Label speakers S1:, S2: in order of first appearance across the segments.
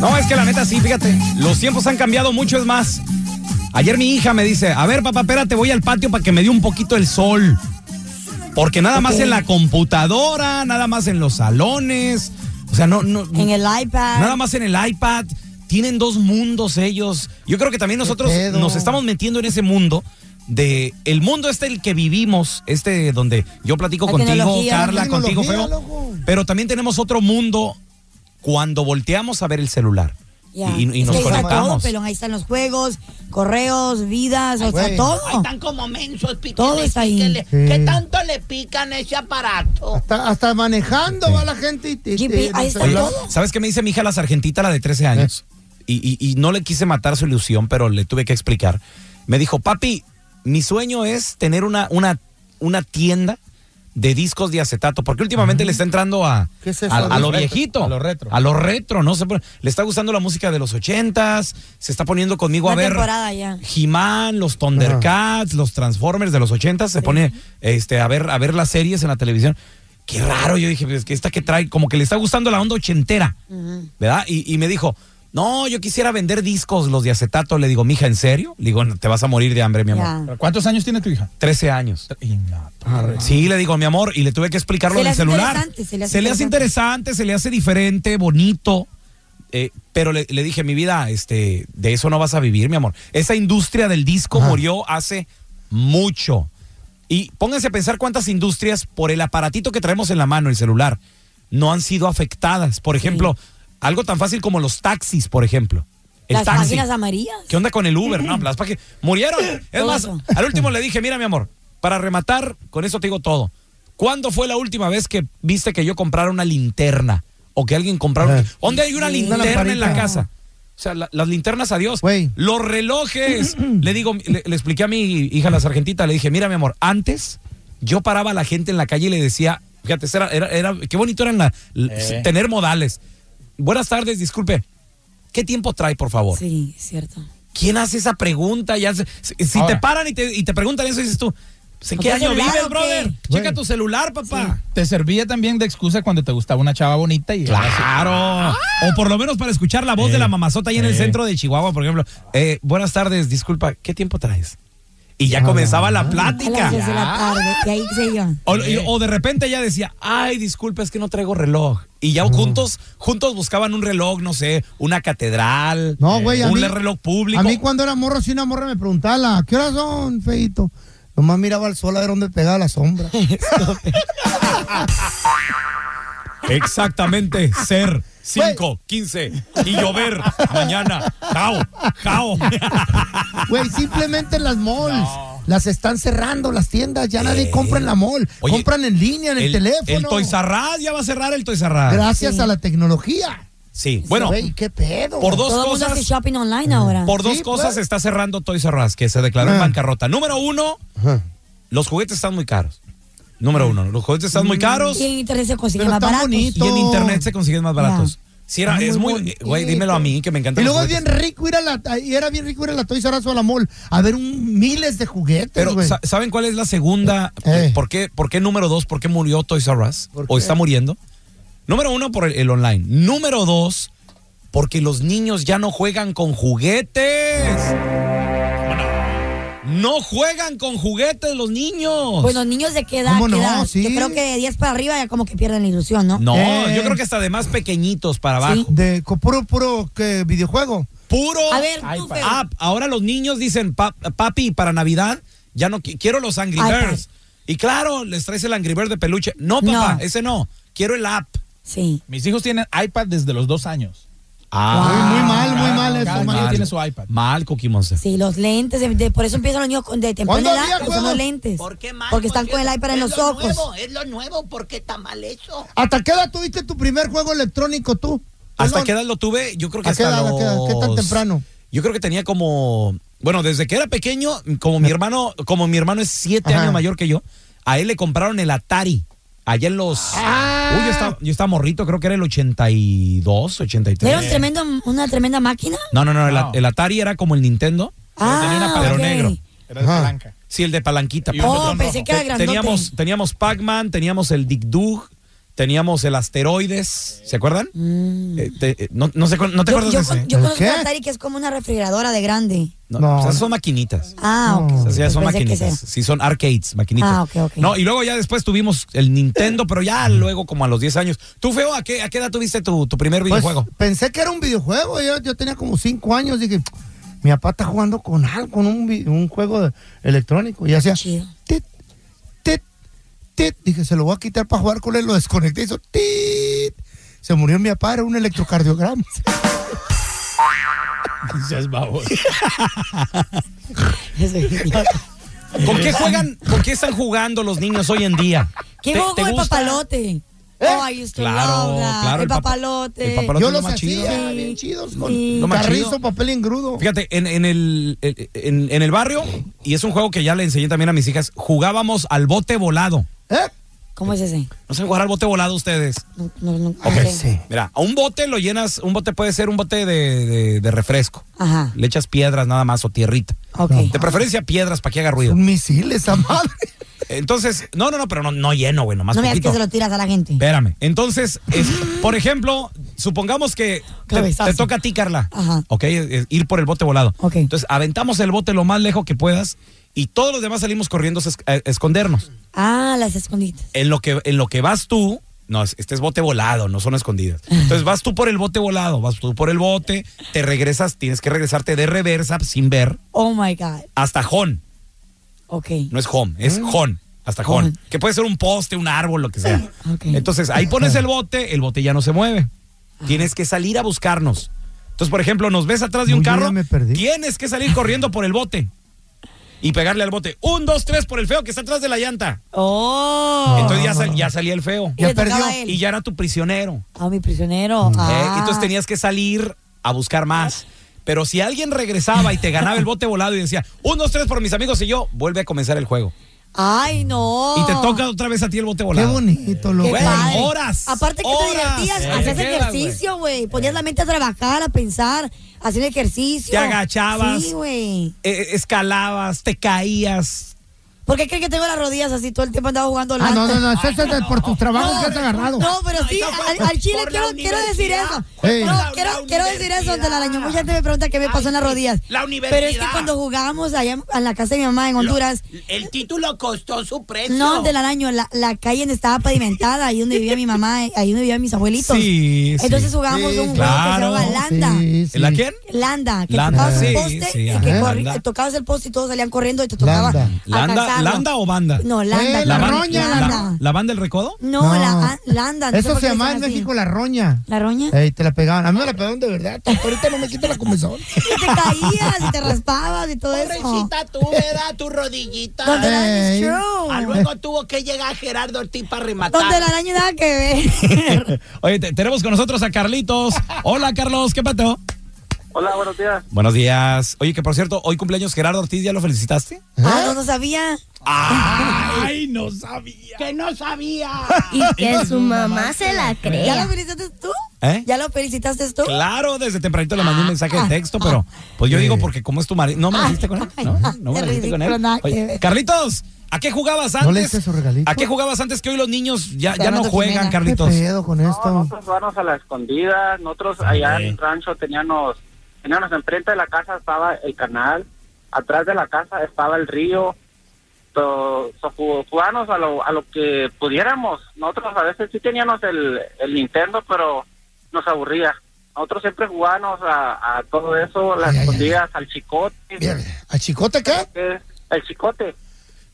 S1: No, es que la neta sí, fíjate, los tiempos han cambiado mucho, es más. Ayer mi hija me dice, a ver papá, espérate, voy al patio para que me dé un poquito el sol. Porque nada más en la computadora, nada más en los salones, o sea, no, no,
S2: En el iPad.
S1: nada más en el iPad. Tienen dos mundos ellos. Yo creo que también nosotros
S3: pedo?
S1: nos estamos metiendo en ese mundo de el mundo este el que vivimos, este donde yo platico
S2: La
S1: contigo,
S2: tecnología,
S1: Carla,
S3: la
S1: contigo,
S3: tecnología,
S1: feo.
S3: loco.
S1: Pero también tenemos otro mundo cuando volteamos a ver el celular
S2: Ya.
S1: y, y
S2: Es
S1: nos
S2: que ahí está todo,
S1: conectamos.
S2: pelón. Ahí están los juegos, correos, vidas, o sea,
S3: güey.
S4: Ahí
S2: todo.
S4: están como mensos, píquenle,
S2: Todo está ahí.
S4: píquenle.
S3: Sí.
S4: ¿Qué tanto le pican ese aparato?
S3: Hasta, hasta manejando va la gente y te.
S2: GP, ahí está
S1: Oye,
S2: todo.
S1: ¿sabes qué me dice mi hija la sargentita, la de
S3: Eh.
S1: 13 años? Y, y- y no le quise matar su ilusión, pero le tuve que explicar. Me dijo, papi, mi sueño es tener una, una, una tienda de discos de acetato, porque últimamente le está entrando a,
S3: Mm. ¿Qué es eso?
S1: a, a
S3: A los
S1: lo
S3: retro,
S1: viejito.
S3: a lo retro.
S1: A lo retro, no sé. por- Le está gustando la música de los ochentas, se está poniendo conmigo a
S2: Una
S1: ver.
S2: temporada ya.
S1: He-Man, los Thundercats, los Transformers de los 80 se pone este a ver a ver las series en la televisión. Qué raro, yo dije, pues que esta que trae como que le está gustando la onda ochentera. ¿Verdad? Y, y me dijo, "No, yo quisiera vender discos los de acetato." Le digo, "Mija, ¿en serio?" Le digo, "No, "Te vas a morir de hambre, mi amor."
S2: Ya.
S5: ¿Cuántos años tiene tu hija?
S1: 13 años. Ah,
S5: Arre.
S1: Sí, le digo, mi amor, y le tuve que explicar
S2: Se
S1: lo
S2: le
S1: del
S2: hace
S1: celular.
S2: interesante,
S1: se le hace, interesante, se le hace diferente, bonito. eh, pero le, le dije, mi vida, este, de eso no vas a vivir, mi amor. Esa industria del disco
S3: Ajá.
S1: murió hace mucho. Y pónganse a pensar cuántas industrias, por el aparatito que traemos en la mano, el celular, no han sido afectadas. Por ejemplo, algo tan fácil como los taxis, por ejemplo. El
S2: Las
S1: taxi.
S2: páginas amarillas.
S1: ¿Qué onda con el Uber? No, las páginas. Murieron. Es
S2: Todo
S1: más,
S2: eso.
S1: al último le dije, mira, mi amor, para rematar, con eso te digo todo. ¿Cuándo fue la última vez que viste que yo comprara una linterna? O que alguien comprara.
S3: Eh.
S1: un- ¿Dónde hay una
S2: Sí.
S1: linterna
S3: Una
S1: en la
S3: lamparita.
S1: casa? O sea, la- las linternas, adiós.
S3: Güey.
S1: Los relojes. le digo, le, le expliqué a mi hija, la sargentita, le dije, mira, mi amor, antes yo paraba a la gente en la calle y le decía, fíjate, era, era, era- qué bonito eran la-
S5: Eh.
S1: tener modales. Buenas tardes, disculpe. ¿Qué tiempo trae, por favor?
S2: Sí, cierto.
S1: ¿Quién hace esa pregunta? Ya se- si si
S5: Ahora.
S1: te paran y te, y te preguntan eso, dices tú, ¿en qué
S2: ¿Traes
S1: año
S2: celular
S1: vives,
S2: o qué?
S1: brother?
S3: Güey.
S1: Checa tu celular, papá.
S5: Te servía también de excusa cuando te gustaba una chava bonita y
S1: Claro. O por lo menos para escuchar la voz
S5: Eh,
S1: de la mamazota ahí en el
S5: eh.
S1: centro de Chihuahua, por ejemplo. Eh, buenas tardes, disculpa, ¿qué tiempo traes? Y ya comenzaba
S3: Ah,
S1: la
S2: A las
S1: plática.
S2: dos de la tarde. Y ahí se iban.
S1: O, y- o de repente ya decía, ay, disculpa, es que no traigo reloj. Y ya juntos, juntos buscaban un reloj, no sé, una catedral,
S3: No, güey, a
S1: un
S3: mí-
S1: reloj público.
S3: A mí cuando era morro, si una morra me preguntaba, "La, ¿qué horas son, feito? Nomás miraba al sol a ver dónde pegaba la sombra.
S1: Exactamente, ser 5, 15 y llover mañana. Jao, jao.
S3: Güey, simplemente las malls. Las están cerrando las tiendas, ya nadie compra en la mall,
S1: Eh. Oye,
S3: compran en línea, en el, teléfono.
S1: El Toys R Us, ya va a cerrar el Toys R Us.
S3: Gracias a la tecnología.
S1: Sí, bueno,
S3: Güey, qué pedo.
S1: por dos
S2: Todo el mundo
S1: cosas-
S2: hace shopping online ahora.
S1: por dos
S3: Sí,
S1: cosas
S3: pues.
S1: se está cerrando Toys R Us, que se declaró en
S3: Ah.
S1: bancarrota. Número uno,
S3: Ajá.
S1: los juguetes están muy caros. Número uno, los juguetes están
S3: Mm.
S1: muy caros
S2: Y en internet se consiguen
S3: Pero
S2: más
S3: está
S2: baratos.
S3: bonito.
S1: y en internet se consiguen más baratos.
S2: Ya.
S1: Si era,
S3: Está
S1: es
S3: muy
S1: muy, güey, dímelo a mí, que me encanta.
S3: Y luego es bien rico ir a la, y era bien rico ir a la Toys R Us o a la mall a ver un, miles de juguetes,
S1: Pero,
S3: Pues, güey.
S1: sa- ¿saben cuál es la segunda?
S3: Eh.
S1: ¿Por, qué, ¿Por qué número dos? ¿Por qué murió Toys R Us?
S3: ¿Por
S1: ¿O
S3: qué?
S1: está muriendo? Número uno, por el, el online. Número dos, porque los niños ya no juegan con juguetes. No juegan con juguetes los niños.
S2: Bueno, Pues niños de qué edad,
S3: ¿Cómo
S2: qué
S3: no?
S2: edad?
S3: Sí.
S2: Yo creo que de 10 para arriba ya como que pierden la ilusión, ¿no?
S1: no,
S3: Eh.
S1: yo creo que hasta de más pequeñitos para abajo.
S3: De co- puro, puro ¿qué? videojuego.
S1: Puro
S2: A ver, tú, Feo.
S1: app. Ah, Ahora los niños dicen, "Pa- papi, para Navidad ya no qui- quiero los Angry
S2: iPad.
S1: Birds. Y claro, les traes el Angry Bird de peluche. No, papá,
S2: No.
S1: ese no. Quiero el app.
S2: Sí.
S5: Mis hijos tienen iPad desde los dos años.
S3: Muy- Ah. muy mal, muy
S5: cada-
S3: mal
S5: cada
S3: eso,
S5: niño
S3: mal.
S5: tiene su iPad.
S1: Ah, Mal, Cookie Monster.
S2: Sí, los lentes, de- de- por eso empiezan los niños con, de temprana
S3: ¿Cuándo
S2: edad,
S3: había
S2: pero son los
S3: juegos?
S2: lentes.
S4: ¿Por qué mal?
S2: Porque están
S4: Pues
S2: con el
S4: es-
S2: iPad en
S4: es
S2: los
S4: lo
S2: ojos.
S4: Nuevo, es lo nuevo, ¿por qué está mal eso?
S3: ¿Hasta qué edad tuviste tu primer juego electrónico tú?
S1: ¿Hasta
S3: Pelón.
S1: qué edad lo tuve? Yo creo que
S3: Ah, ¿A qué
S1: hasta
S3: edad, a qué edad? ¿Qué tan
S1: los-
S3: temprano?
S1: Yo creo que tenía como, bueno, desde que era pequeño, como mi hermano, como mi hermano es siete
S3: Ah. Ajá.
S1: años mayor que yo, a él le compraron el Atari. Allá en los...
S3: Ah.
S1: Uy, yo estaba, yo estaba morrito, creo que era el 82,
S2: ¿Era un
S1: 83.
S2: tremendo, una tremenda máquina?
S1: No, no, no, el,
S5: No.
S1: el Atari era como el Nintendo.
S5: tenía una
S2: Ah, ok.
S1: pero negro.
S5: Era de
S3: Ajá.
S5: palanca.
S1: Sí, el de palanquita.
S5: Y
S1: pa-
S5: un
S2: Oh,
S5: botón
S2: pensé
S5: rojo.
S2: que era grandote.
S1: Teníamos, teníamos Pac-Man, teníamos el Dick Dug, teníamos el Asteroides, ¿se acuerdan? Eh, te- eh, no, no, se acuer- ¿no te
S2: Mm. Yo,
S1: acuerdas
S2: yo
S1: de ese?
S2: con- yo
S3: ¿El
S2: conozco
S3: qué?
S2: a Atari que es como una refrigeradora de grande.
S1: No,
S3: No.
S1: pues esas son maquinitas.
S2: Ah, ok.
S1: Esas ya
S2: Pues
S1: son
S2: pensé que
S1: maquinitas.
S2: sea.
S1: Sí, son arcades, maquinitas.
S2: Ah, ok, ok.
S1: No, y luego ya después tuvimos el Nintendo, pero ya luego como a los 10 años. ¿Tú, Feo, a qué, a qué edad tuviste tu, tu primer
S3: Pues,
S1: videojuego?
S3: pensé que era un videojuego. Yo, yo tenía como cinco años. Dije, mi papá está jugando con algo, con un, vi- un juego de- electrónico. Y hacía
S2: chido.
S3: tit, tit, tit. Dije, se lo voy a quitar para jugar con él. Lo desconecté y hizo tit. Se murió mi papá, era un electrocardiograma.
S5: Seas baboso.
S1: ¿Con
S3: eh,
S1: qué juegan? ¿Con qué están jugando los niños hoy en día?
S2: ¿Qué
S1: ¿Te-
S2: juego
S1: te
S2: el
S1: gusta? ¿Eh?
S2: papalote? Oh, I used to
S1: Claro,
S2: love that.
S1: claro,
S2: El
S1: el papa-
S2: papalote.
S1: el papalote.
S3: Yo
S1: es lo
S3: los
S1: más
S3: hacía
S2: chido.
S3: bien chidos con
S2: Sí.
S1: Lo más
S3: carrizo,
S1: chido.
S3: papel engrudo.
S1: Fíjate, en, en el, en, en el barrio, y es un juego que ya le enseñé también a mis hijas, jugábamos al bote volado.
S3: ¿Eh?
S2: ¿Cómo es ese?
S1: ¿No saben jugar al bote volado ustedes?
S2: No, no, no,
S1: Ok.
S2: no sé.
S3: Sí.
S1: Mira, a un bote lo llenas, un bote puede ser un bote de, de- de refresco.
S2: Ajá.
S1: Le echas piedras nada más o tierrita.
S2: Ok.
S1: De preferencia piedras para que haga ruido.
S3: Un misil esa madre.
S1: Entonces, no, no, no, pero no, no lleno, güey, nomás
S2: No me digas
S1: poquito.
S2: que se lo tiras a la gente.
S1: Espérame. Entonces, es- por ejemplo, supongamos que te,
S2: Cabezazo.
S1: te toca a ti, Carla.
S2: Ajá.
S1: Ok, eh, ir por el bote volado.
S2: Ok.
S1: Entonces, aventamos el bote lo más lejos que puedas y todos los demás salimos corriendo a es- a escondernos.
S2: Ah, las escondidas.
S1: en lo que en lo que vas tú no, es- este es bote volado, no son escondidas. Entonces vas tú por el bote volado, vas tú por el bote, te regresas, tienes que regresarte de reversa sin ver
S2: Oh my God.
S1: hasta home.
S2: Ok.
S1: No es home, es
S3: Mm.
S1: home, hasta home.
S2: Home.
S1: Que puede ser un poste, un árbol, lo que sea.
S2: Ok.
S1: Entonces ahí pones el bote, el bote ya no se mueve. Tienes que salir a buscarnos. Entonces, por ejemplo, nos ves atrás de
S3: No,
S1: un
S3: yo ya
S1: carro,
S3: me perdí.
S1: tienes que salir corriendo por el bote y pegarle al bote. Un, dos, tres por el feo que está atrás de la llanta.
S2: Oh.
S1: Entonces ya, sal- ya salía el feo.
S2: Y le
S3: Ya perdió.
S2: tocaba a él.
S1: y ya era tu prisionero.
S2: A Ah, mi prisionero.
S1: ¿eh?
S2: Ah.
S1: Entonces tenías que salir a buscar más. Pero si alguien regresaba y te ganaba el bote volado y decía, un, dos, tres por mis amigos y yo, vuelve a comenzar el juego.
S2: Ay, no.
S1: Y te toca otra vez a ti el bote
S3: Qué
S1: volado.
S3: bonito, loco.
S2: Qué
S1: Güey,
S2: padre.
S1: horas,
S2: Aparte que
S1: horas.
S2: te divertías,
S1: Eh,
S2: hacías
S1: te quedas,
S2: ejercicio, güey. Ponías la mente a trabajar, a pensar, hacer ejercicio.
S1: Te agachabas.
S2: Sí, güey.
S1: Eh, escalabas, te caías.
S2: ¿Por qué crees que tengo las rodillas así todo el tiempo andaba jugando
S3: Ah, no,
S2: lata?
S3: no, no, eso es de- por tus trabajos que has agarrado.
S2: No, pero sí,
S4: Ay, no,
S2: al,
S4: fue
S2: al chile
S4: por
S2: quiero,
S4: la
S2: quiero decir eso.
S4: universidad.
S3: Fue
S2: No,
S3: por
S4: la
S2: quiero, quiero decir eso,
S4: universidad.
S2: te la daño. Mucha gente me pregunta qué me pasó en las
S4: Ay,
S2: rodillas.
S4: la universidad.
S2: Pero es que cuando jugábamos allá en la casa de mi mamá en Honduras,
S4: El título costó su precio.
S2: no, te la daño. La, la calle estaba pavimentada, ahí donde vivía mi mamá, eh, ahí donde vivían mis abuelitos.
S1: Sí, sí.
S2: Entonces jugábamos
S3: Sí,
S2: un
S1: claro.
S2: juego que se llama Landa.
S3: Sí, sí.
S1: ¿La quién?
S2: Landa, que
S1: Landa,
S2: tocabas
S1: sí,
S2: un poste
S1: sí,
S2: y
S1: ajá.
S2: que
S1: Landa.
S2: corri- tocabas el poste y todos salían corriendo y te tocaba
S3: Landa.
S1: ¿Landa,
S2: alcanzarlo.
S1: ¿Landa o banda?
S2: No, Landa.
S3: Eh, la
S2: Landa.
S3: roña, la
S2: Landa.
S1: la- ¿La banda del recodo?
S2: No,
S3: No.
S2: la ah, Landa. no sé
S3: Eso
S2: por
S3: se
S2: qué le
S3: llamaba en
S2: dicen así.
S3: México la roña.
S2: ¿La roña?
S3: Ey, te la pegaban. A mí me la pegaban de verdad. Ahorita no me quita la comezón.
S2: Y te caías y te raspabas y todo eso.
S4: Pobrecita tú, ¿verdad? Tu rodillita.
S2: Donde la araña es
S3: Ey.
S4: Ah,
S2: true.
S4: luego tuvo que llegar Gerardo Ortiz para rematar.
S2: Donde la araña nada que
S1: ¿Eh?
S2: ver.
S1: Oye, te- tenemos con nosotros a Carlitos. Hola, Carlos, ¿qué pato?
S6: Hola, buenos días.
S1: Buenos días. Oye, que por cierto, hoy cumpleaños Gerardo Ortiz, ¿ya lo felicitaste?
S2: Ah, no, no sabía.
S5: Ay, no sabía.
S4: Que no sabía.
S7: Y que su mamá se la
S2: ¿Ya
S7: crea.
S2: lo felicitaste tú?
S1: ¿Eh?
S2: ¿Ya lo felicitaste tú?
S1: Claro, desde tempranito le mandé un mensaje de texto, pero pues yo digo porque como es tu marido, no me lo hiciste con él, no, no me lo hiciste con él. Oye, Carlitos, ¿a qué jugabas antes?
S3: ¿No le hice su regalito?
S1: ¿A qué jugabas antes que hoy los niños ya, ya no
S2: Fernando
S1: juegan,
S2: Jimena.
S1: Carlitos?
S3: ¿Qué pedo con
S6: No,
S3: esto?
S6: nosotros jugábamos a la escondida. Nosotros allá en el rancho teníamos, teníamos enfrente de la casa estaba el canal, atrás de la casa estaba el río. So, so, ju- jugábamos a lo, a lo que pudiéramos. Nosotros a veces sí teníamos el, el Nintendo, pero nos aburría. Nosotros siempre jugábamos a, a todo eso, las
S3: Ay, ay, ay.
S6: escondidas, al chicote.
S3: Mira, mira, ¿A chicote acá?
S6: que es El chicote.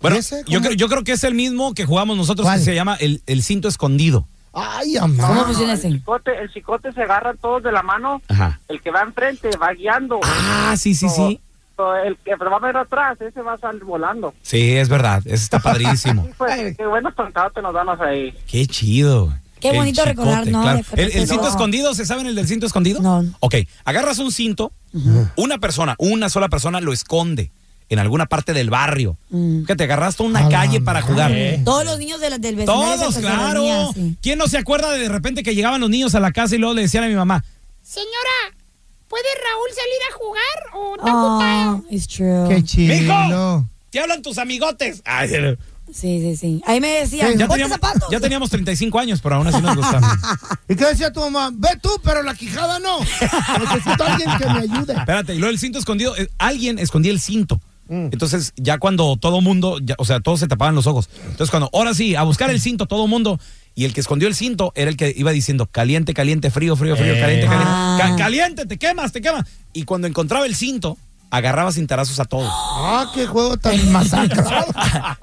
S1: Bueno,
S3: ¿Y ese
S1: yo
S3: cómo?
S1: creo, yo creo que es el mismo que jugamos nosotros,
S3: ¿Cuál?
S1: que se llama el, el cinto escondido.
S3: Ay,
S2: ¿Cómo
S3: amá.
S2: funciona
S6: El
S2: ese?
S6: chicote, el chicote se agarra todos de la mano.
S3: Ah.
S1: Ajá.
S6: El que va enfrente va guiando.
S1: Ah, sí, sí,
S6: Oh.
S1: sí.
S6: So, el que va a ver atrás, ese va a salir volando.
S1: Sí, es verdad, eso está padrísimo.
S6: Sí, pues, qué buenos pantados nos damos ahí.
S1: Qué chido. güey.
S2: Qué
S1: El
S2: bonito
S1: chicote,
S2: recordar, ¿no?
S1: claro.
S2: recordar
S1: ¿El, el
S2: que
S1: cinto
S2: no.
S1: escondido? ¿Se saben el del cinto escondido?
S2: No.
S1: Ok, agarras un cinto, una persona, una sola persona lo esconde en alguna parte del barrio.
S2: Mm.
S1: Fíjate, agarraste una
S3: A la
S1: calle para jugar.
S5: madre.
S2: Todos los niños de la, del vecindario.
S1: Todos,
S2: se acuerdan
S1: claro.
S2: de mí, así.
S1: ¿Quién no se acuerda de, de repente que llegaban los niños a la casa y luego le decían a mi mamá,
S8: Señora, ¿puede Raúl salir a jugar o está ocupado?
S2: Oh, it's true.
S3: Qué chido.
S1: ¡Mijo! ¡Te hablan tus amigotes! Ay, ya
S2: Sí, sí, sí. Ahí me decían,
S3: Sí,
S2: ponte
S1: teníamos,
S2: zapatos.
S1: ya teníamos 35 años, pero aún así nos gustaba.
S3: ¿Y qué decía tu mamá? Ve tú, pero la quijada no. Necesito a alguien que me ayude.
S1: Espérate, y luego el cinto escondido, eh, alguien escondía el cinto.
S2: Mm.
S1: Entonces, ya cuando todo mundo, ya- o sea, todos se tapaban los ojos. Entonces, cuando, ahora sí, a buscar
S2: Mm.
S1: el cinto, todo mundo. Y el que escondió el cinto era el que iba diciendo caliente, caliente, frío, frío, frío,
S5: Eh.
S1: caliente, caliente.
S2: Ah.
S1: Ca- caliente, te quemas, te quemas. Y cuando encontraba el cinto, agarraba cintarazos a todos.
S3: Ah, qué juego tan masacrado.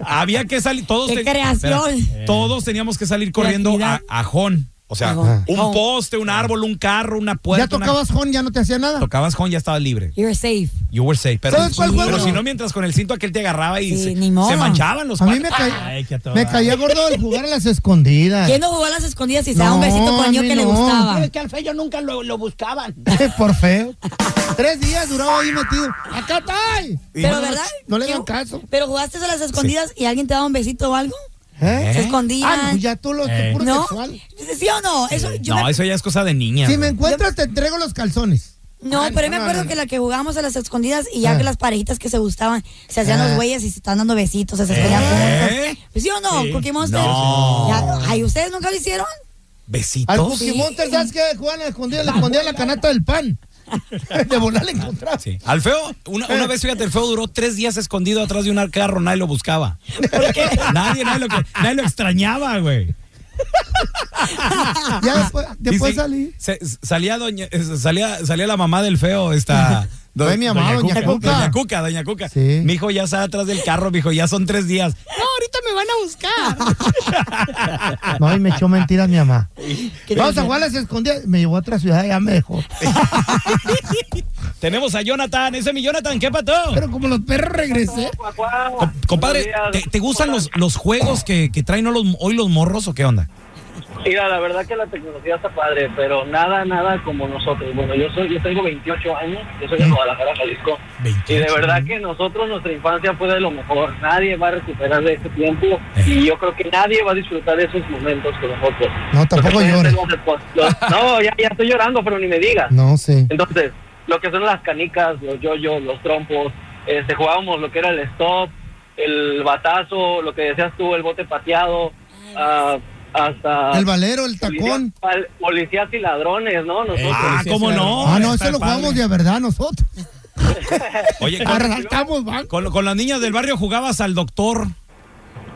S1: Había que salir, todos.
S2: ¡Qué creación! Eh.
S1: Espera, todos teníamos que salir corriendo a,
S2: Creatividad.
S1: a Jón. O sea,
S2: Ajón.
S1: un
S2: Jón.
S1: poste, un árbol, un carro, una puerta.
S3: Ya
S1: una-
S3: tocabas Jon, ya no te hacía nada.
S1: Tocabas Jón, ya estabas libre.
S2: You're safe.
S1: You were safe. Pero,
S3: ¿Sabes cuál juego?
S1: pero si no, mientras con el cinto aquel te agarraba y
S2: Sí,
S1: se,
S2: ni modo.
S1: se manchaban los
S3: A mí
S1: palos.
S3: me, ca-
S5: Ay, que a toda-
S3: me caía gordo el jugar a las
S1: Ah.
S3: escondidas.
S2: ¿Quién no jugó a las escondidas y se daba un
S3: No,
S2: besito con el niño
S3: a mí
S2: que le
S3: no.
S2: gustaba?
S4: Es que al feo nunca lo, lo buscaban.
S3: Por feo. Tres días duraba ahí metido. ¡Acá está!
S2: Pero, ¿verdad?
S3: No le
S2: ¿Qué-
S3: dan caso.
S2: ¿Pero jugaste a las escondidas y alguien te daba un besito o algo?
S3: ¿Eh?
S2: Se
S1: ¿Eh?
S2: escondían.
S3: Ah, no, ya tú lo
S5: Eh.
S3: puro
S2: ¿No?
S3: sexual.
S2: ¿Sí o no? Eso, yo
S1: no,
S2: me-
S1: eso ya es cosa de niña.
S3: Si me
S1: güey.
S3: encuentras, te entrego los calzones.
S2: No,
S3: Ah, no,
S2: pero yo me
S3: no,
S2: acuerdo
S3: no,
S2: que
S3: no.
S2: la que jugábamos a las escondidas y ya
S3: Ah.
S2: que las parejitas que se gustaban se hacían los
S3: Ah.
S2: güeyes y se están dando besitos, se escondían
S1: ¿Eh?
S2: juntos. Pues, ¿Sí o no? Cookie Monster.
S1: No.
S2: Ya- ay, ¿ustedes nunca lo hicieron?
S3: Al
S1: ¿Besitos?
S3: Cookie Monster, ¿sabes qué? Juegan a escondida, le escondían la canasta del pan. De volar le encontraba.
S1: Sí. Al feo, una,
S3: Eh.
S1: una vez, fíjate, el feo duró tres días escondido atrás de un carro, nadie lo buscaba. Nadie, nadie lo, que- nadie lo extrañaba, güey.
S3: Ya después, después
S1: Dice-
S3: salí.
S1: se- salía, doña, eh, salía, salía la mamá del feo, esta. do-
S3: Fue mi mamá, doña Cuca.
S1: Doña Cuca, doña Cuca.
S3: Sí.
S1: Mi hijo ya está atrás del carro, mi hijo, ya son tres días.
S3: No, y me echó mentiras mi mamá. Vamos a jugar a las escondidas. Me llevó a otra ciudad y ya me dejó.
S1: Tenemos a Jonathan, ese es mi Jonathan, ¿qué pato?
S3: Pero como los perros regresé.
S1: ¿Eh? Com- Compadre, ¿te, te gustan los, los juegos que, que traen hoy los, hoy los morros o qué onda?
S6: Mira, la verdad que la tecnología está padre, pero nada, nada como nosotros. Bueno, yo soy, yo tengo 28 años, yo
S1: Mm.
S6: soy de Guadalajara, Jalisco. Y de verdad que nosotros, nuestra infancia fue de lo mejor. Nadie va a recuperar de ese tiempo
S1: Eh.
S6: y yo creo que nadie va a disfrutar de esos momentos con nosotros.
S3: No, tampoco
S6: Lo que pueden
S3: llores.
S6: ser los depo- los- No, ya, ya estoy llorando, pero ni me digas.
S3: No sé.
S6: Entonces, lo que son las canicas, los yoyos, los trompos, este, jugábamos lo que era el stop, el batazo, lo que decías tú, el bote pateado, ah, hasta...
S3: El valero, el tacón.
S6: Policías, pal- policías y ladrones, ¿no? Nosotros.
S1: Ah, ¿cómo no?
S3: Ah, no,
S1: Está
S3: eso lo
S1: padre.
S3: jugamos de Ah, verdad nosotros.
S1: Oye, con,
S3: Arrancamos, banco.
S1: con- con las niñas del barrio jugabas al doctor,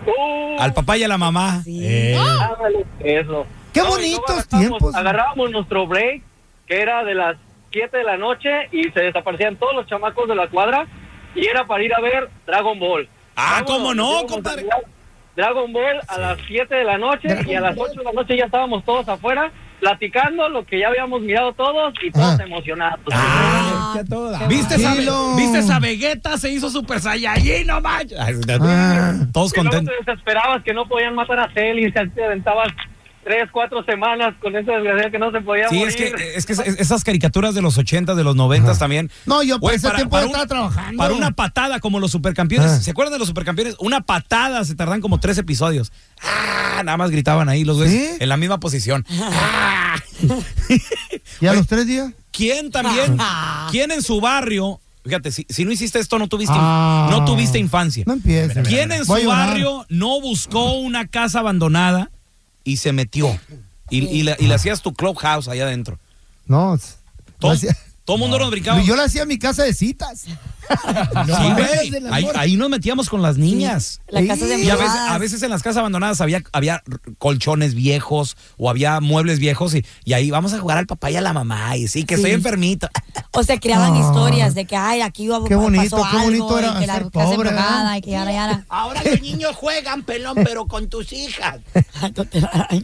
S6: Uh,
S1: al papá y a la mamá.
S5: Eh,
S6: ándale, eso.
S3: Qué
S6: No, y
S3: bonitos
S6: luego agarrábamos-
S3: tiempos.
S6: Agarrábamos nuestro break, que era de las 7 de la noche, y se desaparecían todos los chamacos de la cuadra, y era para ir a ver Dragon Ball.
S1: Ah,
S6: Vámonos,
S1: ¿cómo no,
S6: nos íbamos a
S1: compadre?
S6: mirar Dragon Ball a las 7 de la noche y a las 8 de la noche ya estábamos todos afuera platicando lo que ya habíamos mirado todos y todos
S3: Ah.
S6: emocionados.
S1: Ah,
S5: que a toda-
S1: ¿Viste esa,
S3: Tranquilo.
S1: ¿Viste esa Vegeta? Se hizo Super Saiyajin, no manches. Ay,
S3: Ah.
S1: Todos
S6: Que luego
S1: contentos.
S6: te desesperabas que no podían matar a Cell y te aventabas 3, 4 semanas con esa desgracia que no se podía
S1: Sí,
S6: morir.
S1: es que, eh, es que es- esas caricaturas de los 80, de los 90 también.
S3: No, yo
S1: Güey,
S3: para ese tiempo yo estaba trabajando.
S1: Para una patada como los supercampeones.
S3: Ah.
S1: ¿Se acuerdan de los supercampeones? Una patada se tardan como tres episodios. Ah, nada más gritaban ahí los güeyes
S3: ¿Sí? Ah.
S1: en la misma posición. Ah,
S3: ¿Y a los tres días?
S1: ¿Quién también? ¿Quién en su barrio? Fíjate, si, si no hiciste esto, no tuviste,
S3: Ah.
S1: no tuviste infancia.
S3: No empieces.
S1: ¿Quién en su
S3: Voy a llorar.
S1: barrio no buscó una casa abandonada y se metió? Y, y la- y le hacías tu clubhouse allá adentro.
S3: No. s-
S1: Todo
S3: lo hacía-
S1: todo mundo nos brincaba.
S3: Yo la hacía en mi casa de citas.
S1: Sí, güey.
S3: Velas del
S1: Ahí,
S3: amor.
S1: ahí nos metíamos con las niñas.
S2: La casa de
S1: Y a veces,
S2: embrujadas.
S1: a veces en las casas abandonadas había, había colchones viejos o había muebles viejos y, y ahí vamos a jugar al papá y a la mamá y sí, que
S2: Sí.
S1: estoy enfermito.
S2: O sea, creaban
S3: Ah.
S2: historias de que, ay, aquí iba-
S3: Qué bonito,
S2: pasó
S3: qué bonito
S2: algo,
S3: era
S2: y que la
S3: ser
S2: casa
S3: pobre,
S2: embrujada,
S3: ¿verdad?
S2: y que yara, yara.
S4: Ahora los niños juegan, pelón, pero con tus hijas.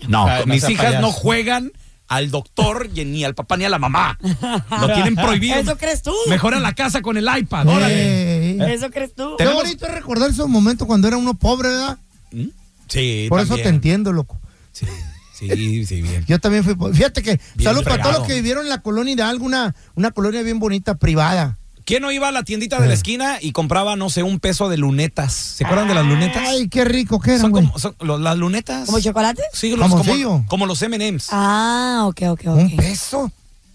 S1: No,
S5: Ay, no
S1: mis
S5: sea
S1: hijas
S5: payaso.
S1: no juegan al doctor y ni al papá ni a la mamá. Lo tienen prohibido.
S2: ¿Eso crees tú?
S1: Mejor en la casa con el iPad. Órale.
S3: Ey, ey.
S2: ¿Eso crees tú?
S3: Qué
S1: Tenemos-
S3: bonito es recordar esos momentos cuando era uno pobre, ¿verdad?
S1: ¿Mm? Sí,
S3: Por eso te
S1: también.
S3: entiendo, loco.
S1: Sí. Sí, sí, bien.
S3: Yo también fui. po- Fíjate que.
S1: Bien
S3: salud para todos
S1: fregado.
S3: los que vivieron en la colonia Hidalgo, una, una colonia bien bonita, privada.
S1: ¿Quién no iba a la tiendita
S3: Eh.
S1: de la esquina y compraba, no sé, un peso de lunetas? ¿Se acuerdan de las lunetas?
S3: Ay, qué rico que eran,
S1: son
S3: güey.
S1: como son lo- las lunetas.
S2: ¿Como chocolate?
S1: Sí, los-
S3: Jamoncillo.
S1: como, como los M&M's.
S2: Ah, ok, ok, ok.
S3: Un peso.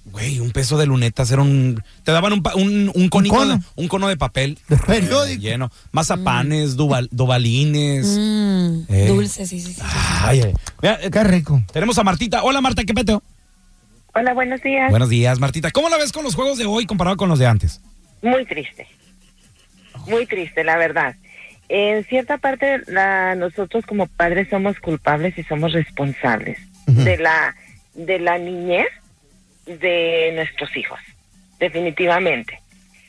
S1: Güey, un peso de lunetas era un te daban un pa- un, un conito
S3: cono.
S1: de- un cono de papel
S3: De periódico. Mm.
S1: lleno, mazapanes, duval- dobalines.
S2: Mm,
S1: Eh.
S2: Dulce, sí, sí, sí.
S1: Ay, ay. Mira, eh,
S3: Qué rico.
S1: tenemos a Martita. Hola Marta, ¿qué peteo?
S9: Hola, buenos días.
S1: Buenos días, Martita. ¿Cómo la ves con los juegos de hoy comparado con los de antes?
S9: Muy triste. Muy triste, la verdad. En cierta parte, la- nosotros como padres somos culpables y somos responsables de la de la niñez de nuestros hijos, definitivamente.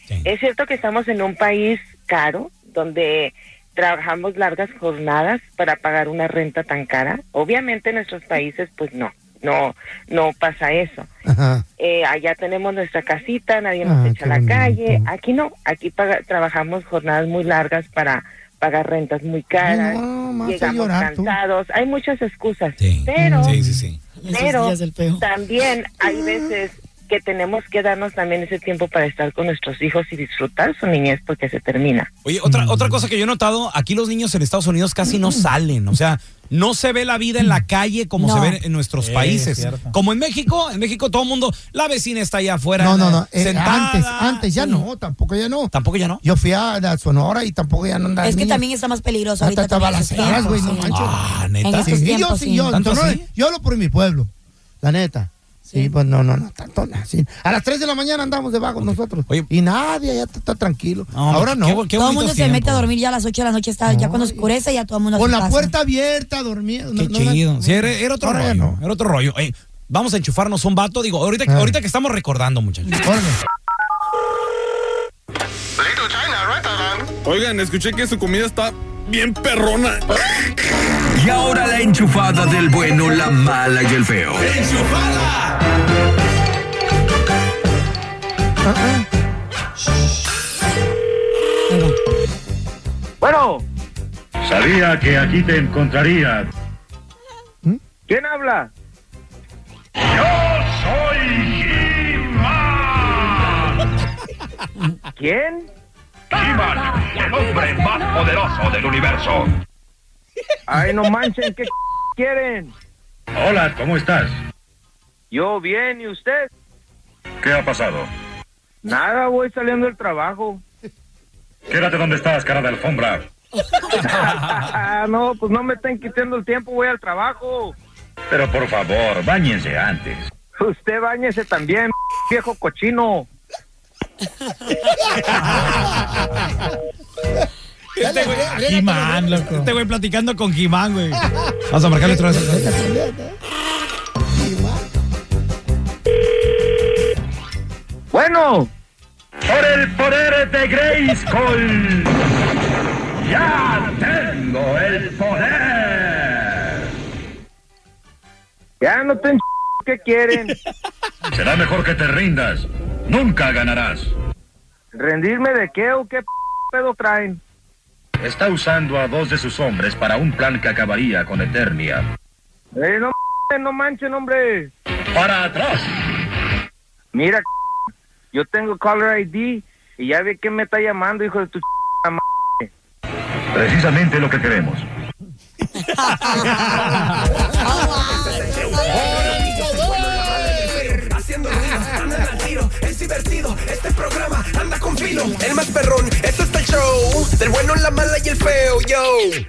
S1: Sí.
S9: Es cierto que estamos en un país caro, donde trabajamos largas jornadas para pagar una renta tan cara. Obviamente en nuestros países, pues no, no, no pasa eso.
S3: Ajá.
S9: Eh, allá tenemos nuestra casita, nadie nos
S3: Ah,
S9: echa
S3: qué
S9: a la
S3: bonito.
S9: calle. Aquí no, aquí paga- trabajamos jornadas muy largas para pagar rentas muy caras.
S3: No, más a
S9: Llegamos
S3: llorar, tú.
S9: cansados, hay muchas excusas,
S1: Sí.
S9: pero,
S1: Sí, sí, sí.
S9: pero
S2: días del peo.
S9: también hay veces que tenemos que darnos también ese tiempo para estar con nuestros hijos y disfrutar su niñez porque se termina.
S1: Oye, otra, otra
S3: Mm.
S1: cosa que yo he notado, aquí los niños en Estados Unidos casi no salen, o sea, no se ve la vida en la calle como
S2: No.
S1: se ve en nuestros
S5: Sí,
S1: países.
S5: cierto.
S1: Como en México, en México todo el mundo, la vecina está allá afuera.
S3: No, no, no.
S1: eh,
S3: eh,
S1: sentada.
S3: antes, antes ya no, tampoco ya no.
S1: Tampoco ya no.
S3: Yo fui a la Sonora y tampoco ya no andaba.
S2: Es que también está más peligroso ahorita.
S3: Hasta
S2: también en esos
S3: balaceras, güey,
S2: tiempos,
S3: no
S2: sí.
S3: manches.
S1: Ah,
S2: En
S1: neta.
S2: estos
S3: Sí, yo,
S2: tiempos,
S3: sí,
S2: sí.
S3: yo,
S1: ¿Tanto
S3: Sonora,
S1: así?
S3: yo hablo por mi pueblo, la neta. Sí,
S2: Sí.
S3: pues no, no, no, tanto no, sí. A las 3 de la mañana andamos de vagos nosotros.
S1: Oye.
S3: y nadie ya está, está tranquilo.
S1: No,
S3: Ahora no.
S1: qué bu- qué
S2: todo
S1: bonitos
S2: el mundo se mete a
S1: tiempos.
S2: dormir ya a las 8 de la noche. Está, ya cuando oscurece, ya todo el mundo a
S3: Con
S2: su
S3: la
S2: casa.
S3: puerta abierta, dormido.
S1: Qué
S3: no, no, no.
S1: chido. Sí, era, era otro
S3: Ahora ya
S1: rollo.
S3: no.
S1: Era otro rollo. Ey, vamos a enchufarnos un vato. Digo, ahorita,
S3: Ah.
S1: ahorita que estamos recordando, muchachos.
S3: Órale.
S10: Oigan, escuché que su comida está bien perrona.
S11: Y ahora la enchufada del bueno, la mala y el feo.
S3: Ah, ah.
S6: Bueno,
S11: Sabía que aquí te encontraría.
S6: ¿quién habla? Yo soy ¿Quién?
S11: el hombre más poderoso del universo.
S6: Ay, no manchen, ¿qué quieren?
S11: Hola, ¿cómo estás?
S6: Yo bien, ¿y usted?
S11: ¿Qué ha pasado?
S6: Nada, voy saliendo del trabajo.
S11: Quédate donde estás, cara de alfombra.
S6: Ah, no, pues no me estén quitando el tiempo, voy al trabajo.
S11: Pero por favor, bañense antes.
S6: Usted bañese también, viejo cochino.
S1: Este güey,
S5: He-Man, loco.
S1: este güey platicando con Jimán, güey. Vamos a marcarle otra vez.
S6: Bueno,
S11: Por el poder de Grayskull. ¡Ya tengo el poder!
S6: ya no ten ¿qué quieren?
S11: Será mejor que te rindas. Nunca ganarás.
S6: ¿Rendirme de qué o qué pedo traen?
S11: Está usando a dos de sus hombres para un plan que acabaría con Eternia.
S6: Eh, no, no manchen, hombre.
S11: ¡Para atrás!
S6: Mira, yo tengo caller ID y ya ve que me está llamando, hijo de tu madre.
S11: Precisamente lo que queremos.
S10: Haciendo ruido, andan al tiro, es divertido, este programa anda con filo. El más perrón, esto está el show, del bueno, la mala y el feo, yo.